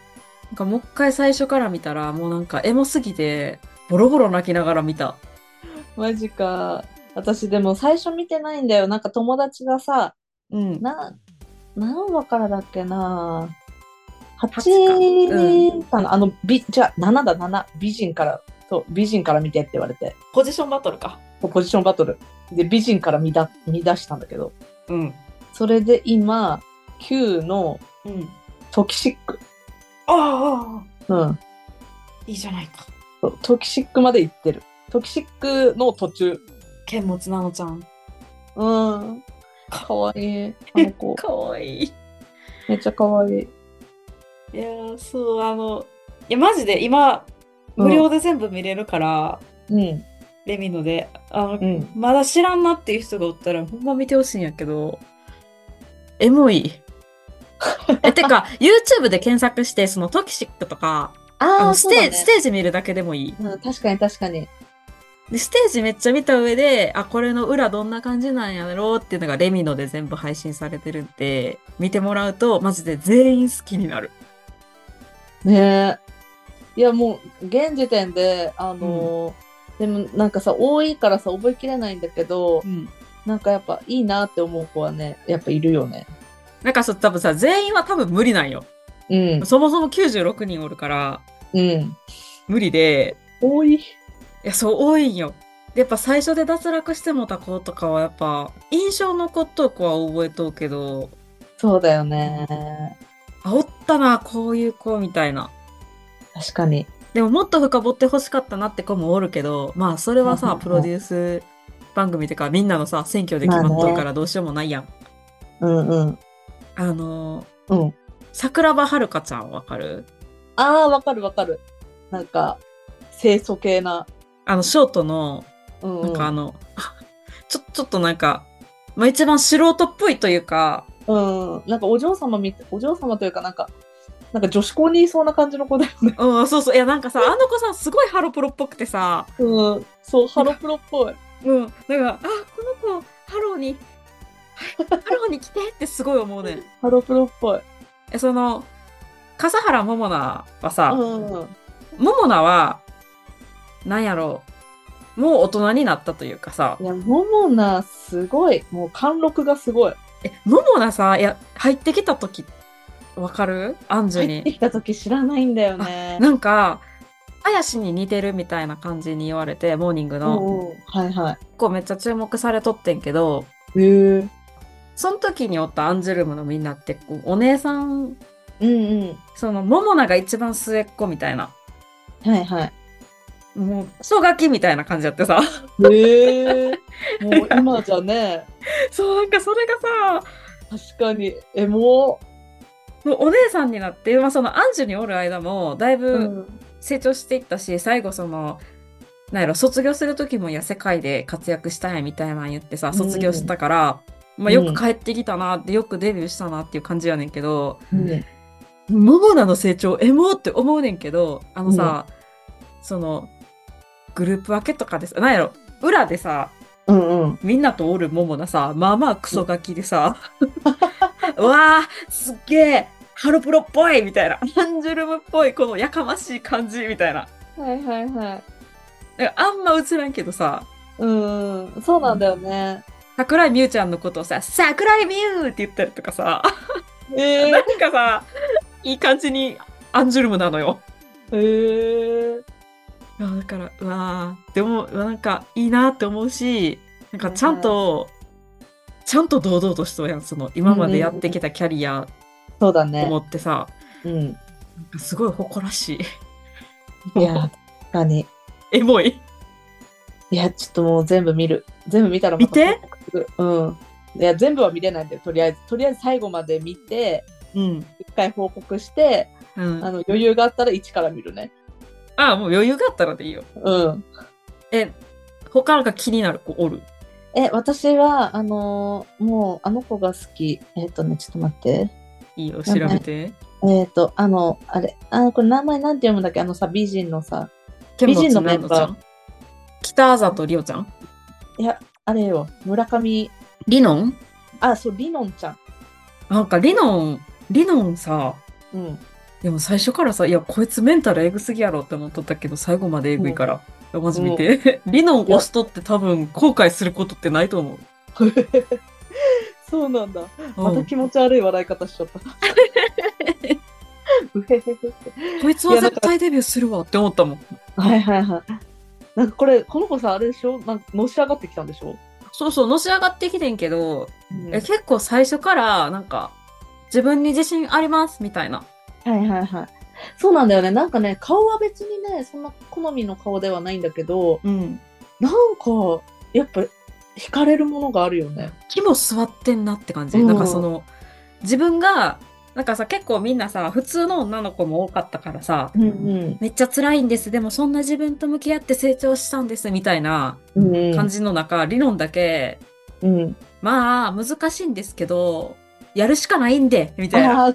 [SPEAKER 2] んかもう一回最初から見たら、もうなんかエモすぎて、ボロボロ泣きながら見た。
[SPEAKER 1] マジか。私でも最初見てないんだよ。なんか友達がさ、
[SPEAKER 2] うん。
[SPEAKER 1] な、何話からだっけな
[SPEAKER 2] う
[SPEAKER 1] 8かな、あの、び、じゃあ7だ、7。美人から、そう、美人から見てって言われて、
[SPEAKER 2] ポジションバトルか。
[SPEAKER 1] ポジションバトル。で、美人から見だ、見出したんだけど、
[SPEAKER 2] うん。
[SPEAKER 1] それで今、9の
[SPEAKER 2] うん。
[SPEAKER 1] トキシック。
[SPEAKER 2] ああ、
[SPEAKER 1] うん。
[SPEAKER 2] いいじゃないか。
[SPEAKER 1] そうトキシックまで行ってる。トキシックの途中。
[SPEAKER 2] 剣持なのちゃん。
[SPEAKER 1] うん。かわいい。あの 子。
[SPEAKER 2] かわいい。
[SPEAKER 1] めっちゃかわいい。
[SPEAKER 2] いやーそう、あの、いや、マジで今、無料で全部見れるから、
[SPEAKER 1] うん。
[SPEAKER 2] レミので、あの、
[SPEAKER 1] うん。
[SPEAKER 2] まだ知らんなっていう人がおったら、ほんま見てほしいんやけど、エモい。え、てか、YouTube で検索して、そのトキシックとか、あ
[SPEAKER 1] あ
[SPEAKER 2] の
[SPEAKER 1] あ、
[SPEAKER 2] ス
[SPEAKER 1] そうだ
[SPEAKER 2] テ
[SPEAKER 1] ね
[SPEAKER 2] ステージ見るだけでもいい。
[SPEAKER 1] うん、確かに確かに。
[SPEAKER 2] で、ステージめっちゃ見た上で、あ、これの裏どんな感じなんやろうっていうのがレミので全部配信されてるんで、見てもらうと、マジで全員好きになる。
[SPEAKER 1] ねえ。いや、もう、現時点で、あのーでもなんかさ、多いからさ、覚えきれないんだけど、
[SPEAKER 2] うん。
[SPEAKER 1] なんかやっぱいいなって思う子はね、やっぱいるよね。
[SPEAKER 2] なんかそう、多分さ、全員は多分無理なんよ。
[SPEAKER 1] うん。
[SPEAKER 2] そもそも96人おるから、
[SPEAKER 1] うん。
[SPEAKER 2] 無理で、
[SPEAKER 1] 多い。
[SPEAKER 2] いや、そう、多いんよ。でやっぱ最初で脱落してもた子とかはやっぱ印象残っとう子は覚えとうけど
[SPEAKER 1] そうだよね。
[SPEAKER 2] あおったなこういう子みたいな
[SPEAKER 1] 確かに。
[SPEAKER 2] でももっと深掘ってほしかったなって子もおるけどまあそれは
[SPEAKER 1] うんう
[SPEAKER 2] さ
[SPEAKER 1] んうん
[SPEAKER 2] プロデュース番組とかみんなのさ選挙で決まっとるからどうしようもないやん、
[SPEAKER 1] うんうん。
[SPEAKER 2] あのー
[SPEAKER 1] うん。
[SPEAKER 2] 桜庭遥香ちゃんわかる
[SPEAKER 1] ああ、わかるわかる。なんか、清楚系な。
[SPEAKER 2] あのショートの
[SPEAKER 1] うん、う
[SPEAKER 2] なんかあの、あちょちょっとなんか、まあ、一番素人っぽいというか
[SPEAKER 1] うん、なんかお嬢様みたお嬢様というかなんか、なんか女子校にいそうな感じの子だよ ね。
[SPEAKER 2] うん、そうそう。いや、なんかさ、あの子さ、すごいハロプロっぽくてさ、
[SPEAKER 1] うん、そう、ハロプロっぽい。
[SPEAKER 2] うん、なんか、あ、この子、ハローに、はいハローに来てってすごい思うねん。
[SPEAKER 1] ハロプロっぽい。
[SPEAKER 2] え、その、笠原桃奈はさ、
[SPEAKER 1] うん、
[SPEAKER 2] 桃奈は、なんやろう、もう大人になったというかさ
[SPEAKER 1] い、や、モモナ、すごい。もう貫禄がすごい。
[SPEAKER 2] え、桃奈さ、いや、入ってきた時、わかるアンジュ
[SPEAKER 1] 入って
[SPEAKER 2] に。
[SPEAKER 1] きた時知らないんだよね。
[SPEAKER 2] なんか、林に似てるみたいな感じに言われて、モーニング
[SPEAKER 1] うん
[SPEAKER 2] の。
[SPEAKER 1] うんはいは
[SPEAKER 2] 結構めっちゃ注目されとってんけど、
[SPEAKER 1] い。へえ。
[SPEAKER 2] その時におったアンジュルムのみんなってこうお姉さん
[SPEAKER 1] うんうん。
[SPEAKER 2] その桃奈が一番末っ子みたいな
[SPEAKER 1] はいはい。
[SPEAKER 2] もうクソガキみたいな感じやっ てさ
[SPEAKER 1] へえ。もう今じゃね、
[SPEAKER 2] そうなんかそれがさ
[SPEAKER 1] 確かに、え、も、
[SPEAKER 2] もうお姉さんになって、まあ、そのアンジュにおる間もだいうぶ成長していったし、最後そのなんやろ卒業する時もいや世界で活躍したいみたいなん言ってさ卒業したから、まあ、よく帰ってきたなってよくデビューしたなっていう感じやねんけど、
[SPEAKER 1] うん。
[SPEAKER 2] 桃奈の成長エモって思うねんけどあのさ、そのグループ分けとかでさなんやろ裏でさ
[SPEAKER 1] うんうん。
[SPEAKER 2] みんなとおる桃奈さまあまあクソガキで さ「うわーすっげえハロプロっぽい!」みたいなアンジュルムっぽいこのやかましい感じみたいな
[SPEAKER 1] はいはいはい。
[SPEAKER 2] なんかあんま映らんけどさ
[SPEAKER 1] うん、そうなんだよね。
[SPEAKER 2] 桜井美優ちゃんのことをさ「桜井美優!」って言ったりとかさ
[SPEAKER 1] え え。
[SPEAKER 2] なんかさいい感じにアンジュルムなのよ。
[SPEAKER 1] へえ。
[SPEAKER 2] いやだからうわーでもうわなんかいいなって思うしなんかちゃんと、ちゃんと堂々としそうやんその今までやってきたキャリア
[SPEAKER 1] そうだ
[SPEAKER 2] と
[SPEAKER 1] ね
[SPEAKER 2] 思。ってさ、
[SPEAKER 1] うん。
[SPEAKER 2] なんかすごい誇らしい。
[SPEAKER 1] いや、確かに。
[SPEAKER 2] エモい。
[SPEAKER 1] いや、ちょっともう全部見る。全部見たらまた
[SPEAKER 2] 見て
[SPEAKER 1] 報告するうん。いや、全部は見れないんだよ、とりあえず。とりあえず最後まで見て、
[SPEAKER 2] うん、
[SPEAKER 1] 一回報告して、
[SPEAKER 2] うん、
[SPEAKER 1] あ
[SPEAKER 2] あ
[SPEAKER 1] の余裕があったら一から見るね。
[SPEAKER 2] もう余裕があったらでいいよ。
[SPEAKER 1] うん。
[SPEAKER 2] え他なんか気になる子おる。
[SPEAKER 1] え、私は、あのーもう、あの子が好き。えっ、とね、ちょっと待って。
[SPEAKER 2] いいよ、調べて。
[SPEAKER 1] えっ、と、あの、あれ、あの、これ名前なんて読むんだっけあのさ、美人のさ、
[SPEAKER 2] 剣持
[SPEAKER 1] 美人のメンバー
[SPEAKER 2] なんのちゃん。北あざとりおちゃん。
[SPEAKER 1] あれよ、村上、
[SPEAKER 2] りのん
[SPEAKER 1] あ、そう、りのんちゃん。
[SPEAKER 2] なんかりのん、りのんさ、
[SPEAKER 1] うん。
[SPEAKER 2] でも最初からさ、いや、こいつメンタルエグすぎやろって思っとったけど、最後までエグいから。いやマジ見て。りのん押しとって多分後悔することってないと思う。
[SPEAKER 1] そうなんだ。
[SPEAKER 2] う
[SPEAKER 1] ま
[SPEAKER 2] ん
[SPEAKER 1] た気持ち悪い笑い方しちゃ った。うへへへ
[SPEAKER 2] こいつは絶対デビューするわって思ったもん。
[SPEAKER 1] はいはいはい。なんかこれ、この子さ、あれでしょなんかのし上がってきたんでしょ、
[SPEAKER 2] そうそう、のし上がってきてんけど、
[SPEAKER 1] うん
[SPEAKER 2] え結構最初から、なんか、自分に自信ありますみたいな。
[SPEAKER 1] はいはいはい。そうなんだよね。なんかね、顔は別にね、そんな好みの顔ではないんだけど、
[SPEAKER 2] うん。
[SPEAKER 1] なんか、やっぱ、惹かれるものがあるよね。
[SPEAKER 2] 木も座ってんなって感じ。
[SPEAKER 1] うん
[SPEAKER 2] なんかその、自分が、なんかさ、結構みんなさ、普通の女の子も多かったからさ、
[SPEAKER 1] うん
[SPEAKER 2] めっちゃ辛いんです。でもそんな自分と向き合って成長したんです。みたいな
[SPEAKER 1] うん。
[SPEAKER 2] 感じの中、理論だけ、
[SPEAKER 1] うん。
[SPEAKER 2] まあ、難しいんですけど、やるしかないんで、みたいな。
[SPEAKER 1] ああ、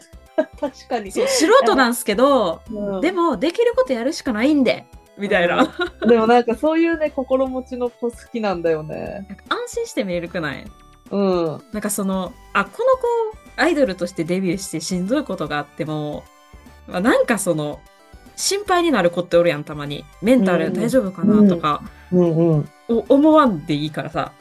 [SPEAKER 1] 確かに。
[SPEAKER 2] そう素人なんすけど、
[SPEAKER 1] うん
[SPEAKER 2] でもできることやるしかないんでみたいな、
[SPEAKER 1] う
[SPEAKER 2] 安
[SPEAKER 1] ん でもなんかそういうね、心持ちの子好きなんだよね。
[SPEAKER 2] 心して見れるくない
[SPEAKER 1] うん。
[SPEAKER 2] なんかそのあこの子アイドルとしてデビューしてしんどいことがあっても、まあ、なんかその心配になる子っておるやんたまにメンタ
[SPEAKER 1] う
[SPEAKER 2] ル
[SPEAKER 1] ん
[SPEAKER 2] 大丈夫かなとか、
[SPEAKER 1] うんうん。
[SPEAKER 2] お思わんでいいからさ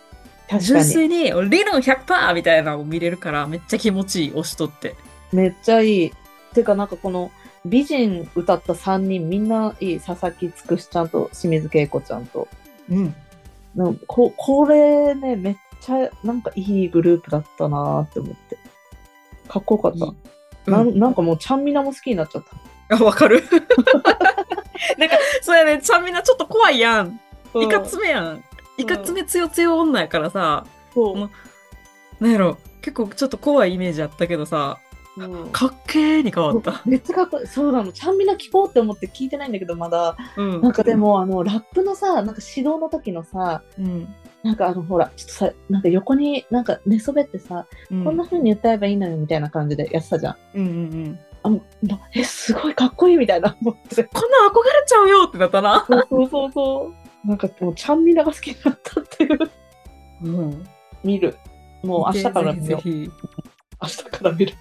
[SPEAKER 1] 確か
[SPEAKER 2] 純
[SPEAKER 1] に。
[SPEAKER 2] 粋に理論100%みたいなのを見れるからめっちゃ気持ちいい推しとって
[SPEAKER 1] めっちゃいい。てかなんかこの美人歌った3人みんないい。佐々木つくしちゃんと清水恵子ちゃんと。
[SPEAKER 2] うん
[SPEAKER 1] なんかここれね、めっちゃなんかいいグループだったなーって思って。かっこよかった。
[SPEAKER 2] う
[SPEAKER 1] なんんなんかもうちゃんみなも好きになっちゃった。
[SPEAKER 2] あわかる なんかそうやねちゃんみんなちょっと怖いやんいかつめやん。いかつめ強強女やからさ、
[SPEAKER 1] そう
[SPEAKER 2] もなんやろ、結構ちょっと怖いイメージあったけどさ、
[SPEAKER 1] うん
[SPEAKER 2] かっけーに変わった。
[SPEAKER 1] めっちゃかっこいい。そうなの。ちゃんみな聞こうって思って聞いてないんだけど、まだ。
[SPEAKER 2] うん。
[SPEAKER 1] なんかでも、あの、ラップのさ、なんか指導の時のさ、
[SPEAKER 2] うん、
[SPEAKER 1] なんかあの、ほら、ちょっとさ、なんか横になんか寝そべってさ、
[SPEAKER 2] うん。
[SPEAKER 1] こんな風に歌えばいいのよみたいな感じでやってたじゃん。
[SPEAKER 2] うんうんうん。
[SPEAKER 1] あもうなえ、すごいかっこいいみたいな思って。
[SPEAKER 2] こんなん憧れちゃうよってなったな。
[SPEAKER 1] そうそうそうそう。なんかもう、ちゃんみなが好きになったっていう。
[SPEAKER 2] うん。
[SPEAKER 1] 見る。もう明日から見よ
[SPEAKER 2] ぜ
[SPEAKER 1] う。
[SPEAKER 2] ひぜひ。
[SPEAKER 1] 明日から見る。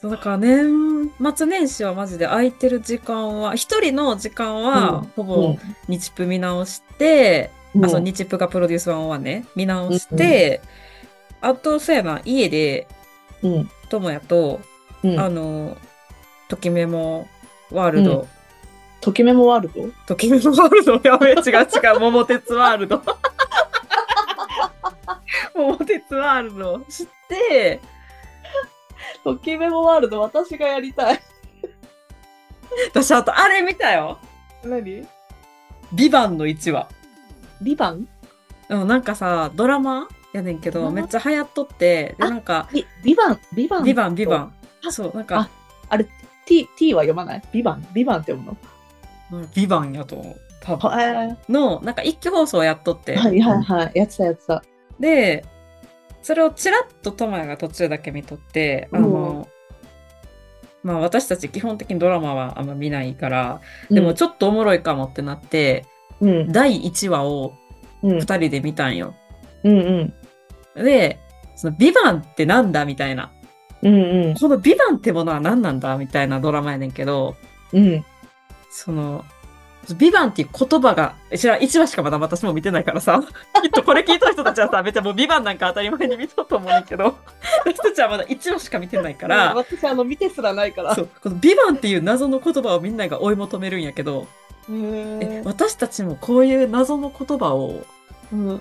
[SPEAKER 2] そうだから年末年始はマジで空いてる時間は、一人の時間は、
[SPEAKER 1] うん
[SPEAKER 2] ほぼ日プ見直して、
[SPEAKER 1] うん
[SPEAKER 2] あ、そう、日プがプロデュース101ね、見直して、あと、そうやな、家で、
[SPEAKER 1] うん。
[SPEAKER 2] 友也と、
[SPEAKER 1] うん
[SPEAKER 2] あの、ときめもワールド、
[SPEAKER 1] うときめもワールド
[SPEAKER 2] ときめもワールド、やべえ、違う違う、桃鉄ワー ルド。桃鉄ワールド知って、
[SPEAKER 1] ときめもワールド、私がやりたい。
[SPEAKER 2] 私あとあれ見たよ。
[SPEAKER 1] 何
[SPEAKER 2] ビバンの1話。
[SPEAKER 1] リバン
[SPEAKER 2] うんなんかさ、ドラマやねんけ
[SPEAKER 1] ド
[SPEAKER 2] ど、
[SPEAKER 1] ラマ
[SPEAKER 2] めっちゃ流行っとって、で、
[SPEAKER 1] あ
[SPEAKER 2] なんか、
[SPEAKER 1] ビビバンビバン
[SPEAKER 2] ビバン、ビバン。
[SPEAKER 1] あ
[SPEAKER 2] そう、なんか、
[SPEAKER 1] T, T は読まないビバンビバンって読む
[SPEAKER 2] ビバンやと思う。多
[SPEAKER 1] の
[SPEAKER 2] 分。
[SPEAKER 1] はいは
[SPEAKER 2] の、なんか一挙放送やっとって。
[SPEAKER 1] いはい。やってたやってた。
[SPEAKER 2] でそれをちらっとトマヤが途中だけ見とってあの、まあ私たち基本的にドラマはあんま見ないからでもちょっとおもろいかもってなって、
[SPEAKER 1] うん、
[SPEAKER 2] 第1話を
[SPEAKER 1] うん、
[SPEAKER 2] 2人で見たんよ。
[SPEAKER 1] うん、うん、
[SPEAKER 2] で「そのビバンってなんだ?」みたいな
[SPEAKER 1] うん
[SPEAKER 2] 「このビバンってものは何なんだ?」みたいなドラマやねんけど
[SPEAKER 1] うん、うん。
[SPEAKER 2] その。ビバンっていう言葉が、え知らん、1話しかまだ私も見てないからさ、きっとこれ聞いた人たちはさ、めっちゃもうビバンなんか当たり前に見とうと思うねんだけど、私たちはまだ1話しか見てない
[SPEAKER 1] う
[SPEAKER 2] か
[SPEAKER 1] ん
[SPEAKER 2] ら、
[SPEAKER 1] 私、あの、見てすらないから。
[SPEAKER 2] そうこの「ビバンっていう謎の言葉をみんなが追い求めるんやけど、
[SPEAKER 1] へー
[SPEAKER 2] え私たちもこういう謎の言葉を
[SPEAKER 1] うん、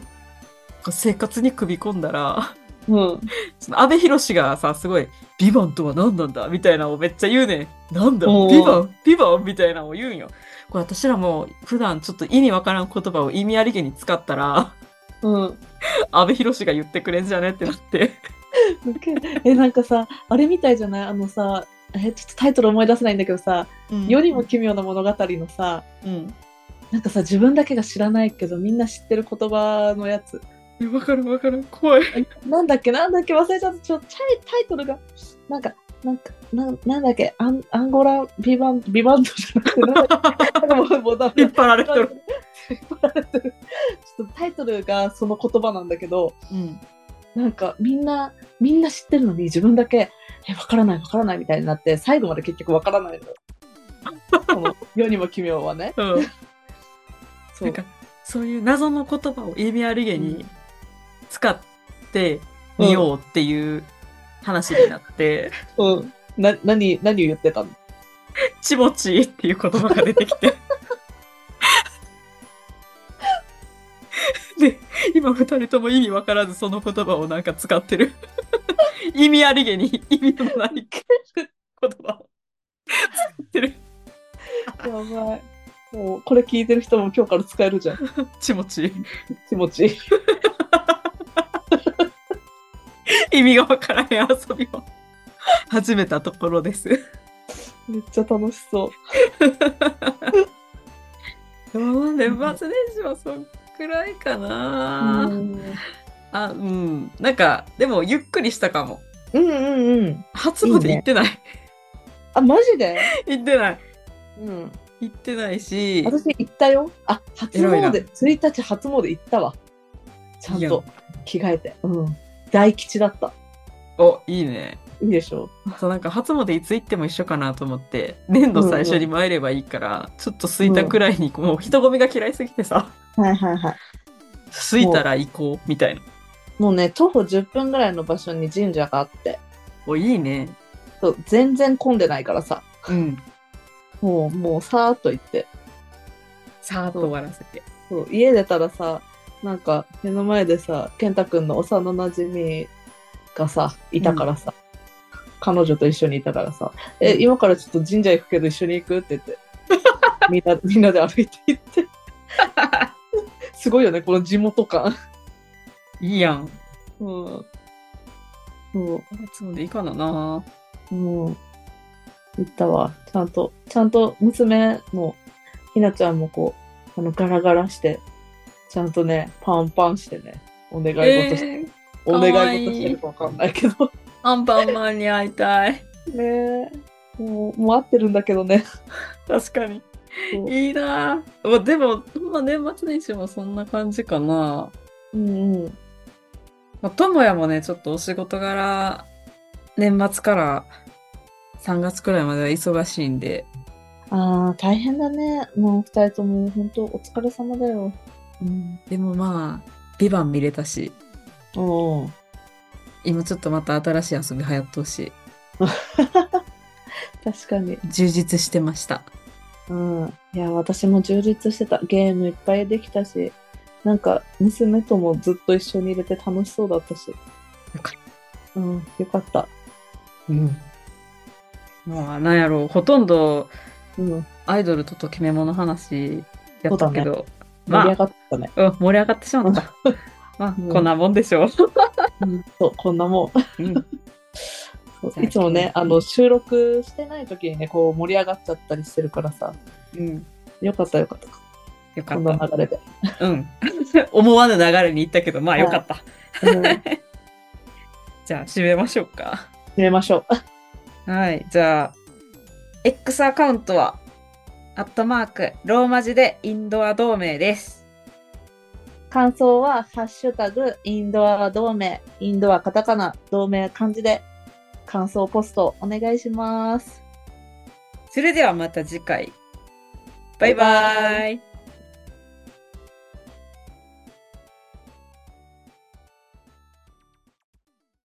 [SPEAKER 2] こう生活に組み込んだら
[SPEAKER 1] うん。
[SPEAKER 2] その阿部寛がさすごい「ビバンとは何なんだ?」みたいなのをめっちゃ言うねん「なんだ
[SPEAKER 1] おー
[SPEAKER 2] ビバンビバンみたいなのを言うんよ。これ私らも普段ちょっと意味わからん言葉を意味ありげに使ったら
[SPEAKER 1] うん。
[SPEAKER 2] 阿部寛が言ってくれんじゃねってなって
[SPEAKER 1] ウケるえ、なんかさ、あれみたいじゃないあのさ、え、ちょっとタイトル思い出せないんだけどさ、世にも奇妙な物語のさ、
[SPEAKER 2] うん
[SPEAKER 1] なんかさ自分だけが知らないけどみんな知ってる言葉のやつ
[SPEAKER 2] えわかるわかる。怖い。
[SPEAKER 1] なんだっけなんだっけ忘れちゃったちょタイタイトルがなんかなんかなんなんだっけアンアンゴラビバンビバンドじゃなくてなんだっけなんかもうもうダメだ
[SPEAKER 2] 引っ張られて る。
[SPEAKER 1] 引っ張られてるちょっとタイトルがその言葉なんだけど
[SPEAKER 2] うん。
[SPEAKER 1] なんかみんなみんな知ってるのに自分だけえわからないわからないみたいになって最後まで結局わからないのよ この世にも奇妙はね
[SPEAKER 2] うん。
[SPEAKER 1] そ
[SPEAKER 2] なん
[SPEAKER 1] う
[SPEAKER 2] か、そういう謎の言葉を意味ありげに使って
[SPEAKER 1] うん
[SPEAKER 2] みようっていう話になって、
[SPEAKER 1] うんな何何を言ってたの
[SPEAKER 2] ちぼちっていう言葉が出てきて。で、今二人とも意味わからずその言葉をなんか使ってる。意味ありげに意味のない言葉を使ってる。
[SPEAKER 1] やばい。もうこれ聞いてる人も今日から使えるじゃん。
[SPEAKER 2] ちぼち。
[SPEAKER 1] 気持ちいい。
[SPEAKER 2] 意味がわからへん遊びを始めたところです。
[SPEAKER 1] めっちゃ楽しそう。
[SPEAKER 2] そう年末年始はそんくらいかな、
[SPEAKER 1] うん
[SPEAKER 2] あうんなんかでもゆっくりしたかも
[SPEAKER 1] うんうんうん。
[SPEAKER 2] 初詣行ってない
[SPEAKER 1] あ、マジで
[SPEAKER 2] 行ってない
[SPEAKER 1] うん。
[SPEAKER 2] 行ってないし
[SPEAKER 1] 私行ったよ。あ、初
[SPEAKER 2] 偉いな
[SPEAKER 1] 詣、1日初詣行ったわ。ちゃん
[SPEAKER 2] いいや
[SPEAKER 1] と着替えて。うん。大吉だった。
[SPEAKER 2] おいいね
[SPEAKER 1] いいでしょ
[SPEAKER 2] そうなんか初詣いつ行っても一緒かなと思って年度最初に参ればいいから、ちょっと空いたくらいに、もう人混みが嫌いすぎてさ
[SPEAKER 1] はいはいはい。
[SPEAKER 2] 空いたら行こうみたいな
[SPEAKER 1] もうね、徒歩10分ぐらいの場所に神社があって。
[SPEAKER 2] おいいね
[SPEAKER 1] そう全然混んでないからさ。
[SPEAKER 2] うん
[SPEAKER 1] もう、もうさーっと行って。
[SPEAKER 2] さーっと終わらせて
[SPEAKER 1] そう家出たらさなんか目の前でさ健太くんの幼なじみがさいたからさ、彼女と一緒にいたからさ「え今からちょっと神社行くけど一緒に行く?」って言ってみんなみんなで歩いて行ってすごいよねこの地元感、
[SPEAKER 2] いいやん
[SPEAKER 1] うん、そ
[SPEAKER 2] 初詣いいかなな
[SPEAKER 1] うもう行ったわちゃんとちゃんと娘のひなちゃんもこうあのガラガラしてちゃんとねパンパンしてねお願い事して。
[SPEAKER 2] えー
[SPEAKER 1] お願い事してるかわかんないけど。
[SPEAKER 2] アンパンマンに会いたい
[SPEAKER 1] ねえ。もう、もう合ってるんだけどね。
[SPEAKER 2] 確かに
[SPEAKER 1] そう
[SPEAKER 2] いいなぁまあでも、まあ、年末年始もそんな感じかな
[SPEAKER 1] うんうん。
[SPEAKER 2] まあ智也もねちょっとお仕事柄年末から3月くらいまでは忙しいんで
[SPEAKER 1] ああ、大変だね。もう二人とも本当お疲れ様だよ。うん。
[SPEAKER 2] でもまあ「ビバン見れたし
[SPEAKER 1] おう
[SPEAKER 2] 今ちょっとまた新しい遊び流行ってほしい
[SPEAKER 1] 確かに。
[SPEAKER 2] 充実してました
[SPEAKER 1] うん。いや、私も充実してた。ゲームいっぱいできたし、なんか娘ともずっと一緒にいれて楽しそうだったし。
[SPEAKER 2] よかっ
[SPEAKER 1] うん、よかった。うん。
[SPEAKER 2] まあなんやろうほとんど
[SPEAKER 1] うん。
[SPEAKER 2] アイドルとときめもの話やったけ
[SPEAKER 1] そ
[SPEAKER 2] ど、
[SPEAKER 1] 盛り
[SPEAKER 2] ま
[SPEAKER 1] 上がったね。
[SPEAKER 2] あ、うん、盛り上がってしま ったまあ、
[SPEAKER 1] うん
[SPEAKER 2] こんなもんでしょう、
[SPEAKER 1] うん、そう、こんなもん。
[SPEAKER 2] うん
[SPEAKER 1] そう
[SPEAKER 2] じゃあ
[SPEAKER 1] いつもね
[SPEAKER 2] 今日
[SPEAKER 1] あの収録してない時にねこう盛り上がっちゃったりしてるからさ
[SPEAKER 2] うん、
[SPEAKER 1] よかったよかった
[SPEAKER 2] よか
[SPEAKER 1] こ
[SPEAKER 2] っ
[SPEAKER 1] ん
[SPEAKER 2] た
[SPEAKER 1] な流れ で、
[SPEAKER 2] うん。 思わぬ流れに行ったけど、まあよかった。
[SPEAKER 1] うん、決
[SPEAKER 2] じゃあ、締めましょうか。
[SPEAKER 1] めましょう
[SPEAKER 2] はい。じゃあ、X アカウントは、アットマーク、ローマ字でインドア同盟です。
[SPEAKER 1] 感想は「ハッシュタグインドア同盟」インドアカタカナ同盟漢字で感想ポストお願いします
[SPEAKER 2] それではまた次回。バイバ
[SPEAKER 1] バイバ
[SPEAKER 2] イ